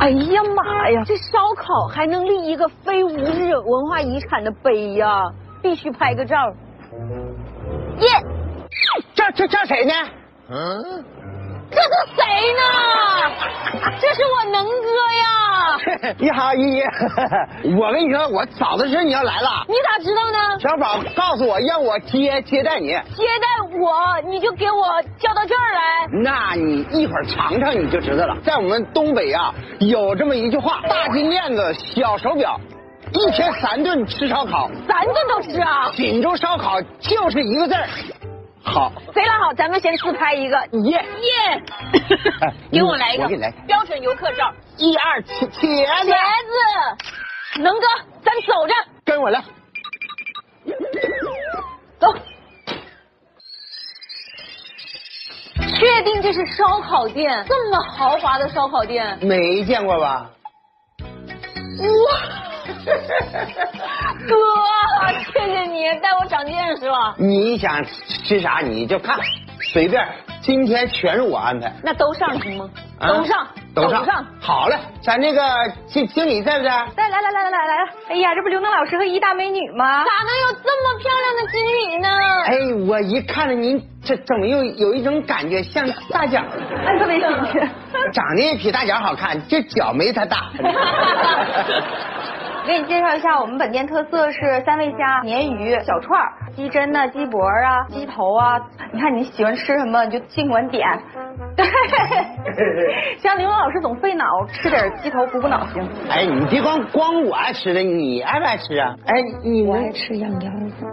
哎呀妈呀，这烧烤还能立一个非物质文化遗产的碑呀、必须拍个照。耶、这这这谁呢？这是谁呢？这是我能哥呀！ 你好，依依。我跟你说，我早都知道你要来了。你咋知道呢？小宝告诉我让我接接待你，接待我，你就给我叫到这儿来。那你一会儿尝尝你就知道了。在我们东北啊，有这么一句话：大金链子，小手表，一天三顿吃烧烤，咱这都吃啊？锦州烧烤就是一个字儿，好。贼拉好，咱们先自拍一个。耶、耶、 哎给我来一个，我给你来一个标准游客照。一二茄茄茄子，子，能哥，咱走着，跟我来。走。确定这是烧烤店？这么豪华的烧烤店，没见过吧？哥，谢谢你带我长见识了。你想吃啥你就看，随便。今天全是我安排。那都上行吗？啊都上，都上，好嘞，咱这个经经理在不在？嗯来来来来来来来了！哎呀，这不刘能老师和一大美女吗？咋能有这么漂亮的经理呢？哎，我一看着您，这怎么又有一种感觉像 大脚？哎，特别亲切。长得也比大脚好看，这脚没他 大。给你介绍一下，我们本店特色是三味虾、鲶鱼、小串儿、鸡胗呐、鸡脖儿啊、鸡头啊。你看你喜欢吃什么，你就尽管点。 对，像刘能老师总费脑，吃点鸡头补补脑行。哎，你别光光我爱吃的，你爱不爱吃啊？哎，你我们爱吃羊腰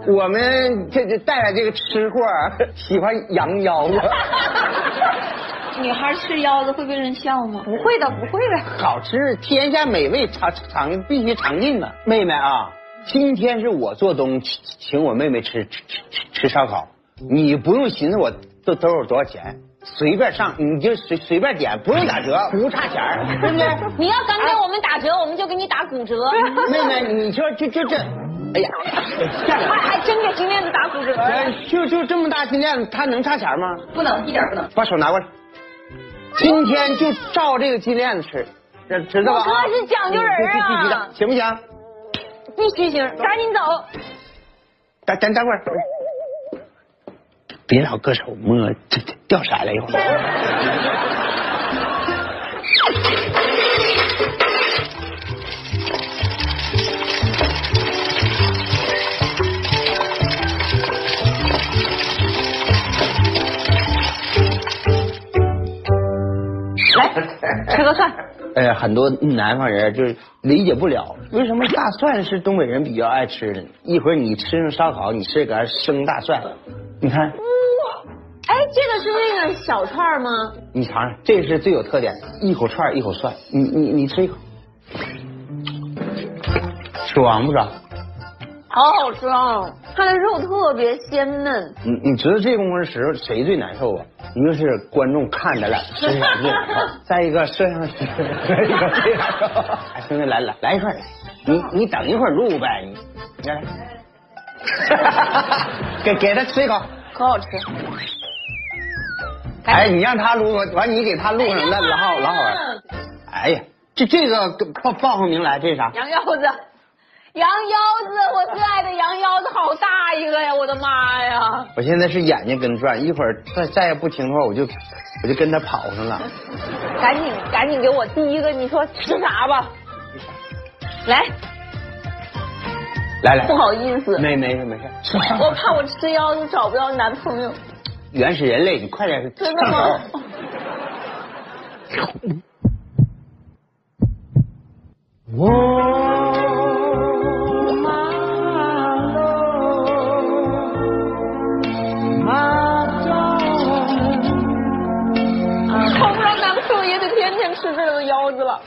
子，我们这这带来这个吃货啊 喜欢羊腰啊子，女孩吃腰子会被人笑吗？不会的，不会的。好吃，天下美味尝尝必须尝尽呢。妹妹啊，今天是我做东，请请我妹妹吃吃吃吃吃烧烤，你不用寻思我兜兜有多少钱，随便上你就随随便点，不用打折，不差钱儿，对不对？你要敢给我们打折，我们就给你打骨折。 哎妹妹，你说就就这，哎呀，下还来。还真给金链子打骨折。哎就就这么大金链子，它能差钱吗？不能，一点不能。把手拿过来，今天就照这个金链子吃，这知道我吧？哥是讲究人啊嗯这必须的，行不行？必须行，赶紧走。等等等会儿，别老搁手摸，这这掉色了一会儿。哎吃个蒜，呃，很多南方人就是理解不了，为什么大蒜是东北人比较爱吃的？一会儿你吃上烧烤，你吃个生大蒜，你看，哎，这个是那个小串儿吗？你尝尝，这是最有特点，一口串儿一口蒜，你你你吃一口，爽不爽？好好吃啊！它的肉特别鲜嫩，你你知道这功夫时候谁最难受啊？一个是观众看咱俩吃啥最难受，再一个摄像师再一个最难受。哎，兄弟，来来来一串来，你你等一会儿录呗，你你来， 给给他吃一口。可好吃。哎，你让他录，完你给他录上，那老好老好玩。哎呀，这这个报报上名来，这是啥？羊腰子，羊腰子，我最爱的羊腰子，好大一个呀！我的妈呀！我现在是眼睛跟转，一会儿再再也不听的话，我就我就跟他跑上了。赶紧赶紧给我第一个，你说吃啥吧？来，来来，不好意思，没没事没事，我怕我吃腰子找不着男朋友，原始人类，你快点真的上吗手。？ 找不着男朋友也得天天吃这个腰子了。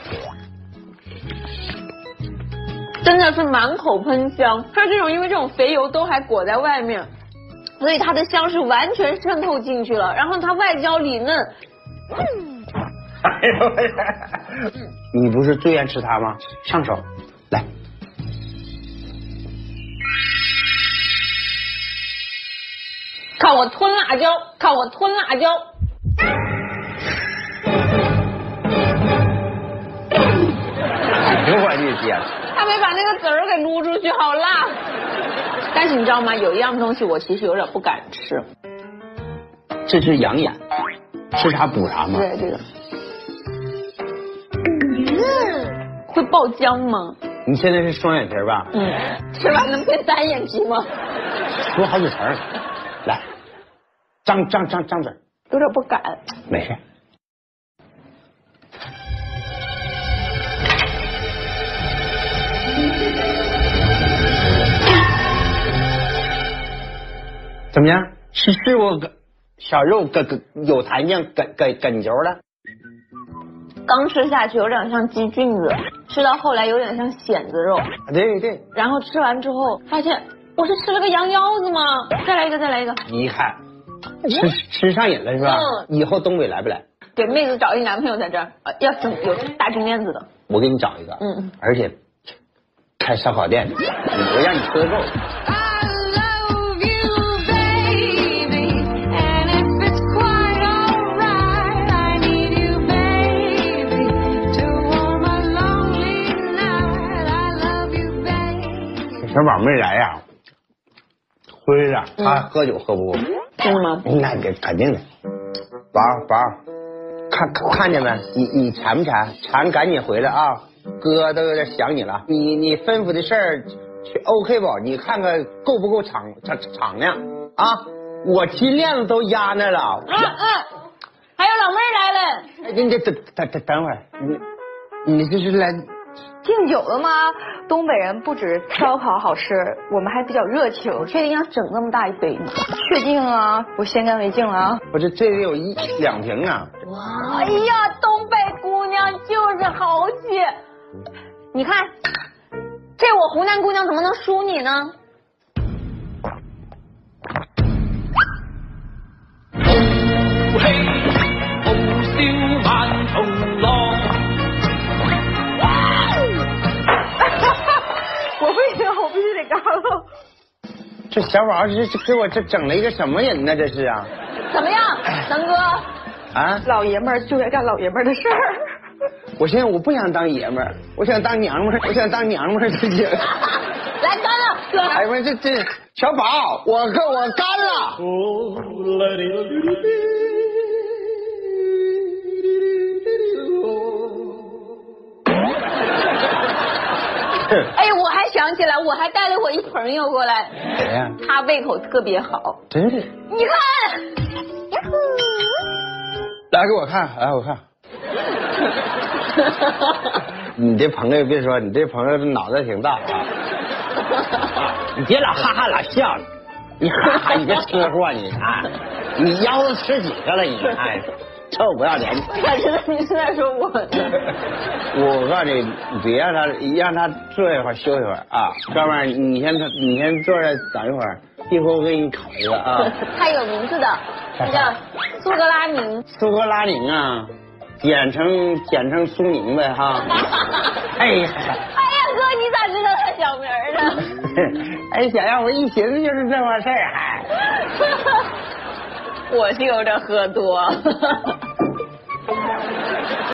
真的是满口喷香，它这种因为这种肥油都还裹在外面，所以它的香是完全渗透进去了。然后它外焦里嫩，哎呦喂！你不是最爱吃它吗？上手，来，看我吞辣椒，看我吞辣椒。哎呦我的天！他没把那个籽儿给撸出去，好辣。但是你知道吗？有一样东西我其实有点不敢吃，这是养眼，吃啥补啥嘛。对这个，嗯会爆浆吗？你现在是双眼皮儿吧？嗯，吃完能变单眼皮吗？说好几层儿，来，张张张张嘴儿，有点不敢。没事。怎么样？是是我跟小肉跟跟有弹性，跟跟跟球了？啊刚吃下去有点像鸡菌子，吃到后来有点像蚬子肉，对对，然后吃完之后发现我是吃了个羊腰子吗？再来一个，再来一个。遗憾，吃吃上瘾了是吧？以后东北来不来？给妹子找一男朋友在这儿，呃要整有大金链子的。我给你找一个，嗯，而且开烧烤店，我让你吃个够。小宝妹儿来呀、辉子，他喝酒喝不喝？真的吗？那给肯定的。宝儿宝儿，看看见没？你你馋不馋？馋赶紧回来啊！哥都有点想你了。你你吩咐的事儿去 OK 不？你看看够不够敞敞敞亮啊？我金链子都压那了。啊啊！还有老妹儿来了，哎，你得等等等等会儿，你你这是来敬酒了吗？东北人不止烧烤好吃，我们还比较热情。确定要整那么大一杯吗？确定啊，我先干为敬了啊！我这这得有一两瓶啊！哎呀，东北姑娘就是豪气。你看，这我湖南姑娘怎么能输你 呢？我不行，我必须得干了。这小宝这这给我这整了一个什么人呢？这是啊怎么样，南哥？啊！老爷们儿就该干老爷们儿的事儿。我现在我不想当爷们儿，我想当娘们儿，我想当娘们儿这 姐。来干了，哥！哎不是这这小宝，我跟我干了。嗯哎，我还想起来，我还带了我一朋友过来，谁哎呀？他胃口特别好。真是，你看，呀来给我看，来 我看。你这朋友别说，你这朋友这脑袋挺大啊！你别老哈哈老笑，你哈 哈你个车祸，你看你腰都吃几个了？你看，臭不要脸！ 我感觉到你是在说我呢。 我告诉你，你别让他让他坐一会儿休息会儿啊，哥们儿，你先你先坐这等一会儿，一会儿我给你烤一 个啊，他有名字的，他叫苏格拉宁。苏格拉宁啊，简称简称苏宁呗哈、哎呀， 哎呀，哥，你咋知道他小名儿呢？ 哎小样，我一寻思就是这回事儿，还、我是有点喝多。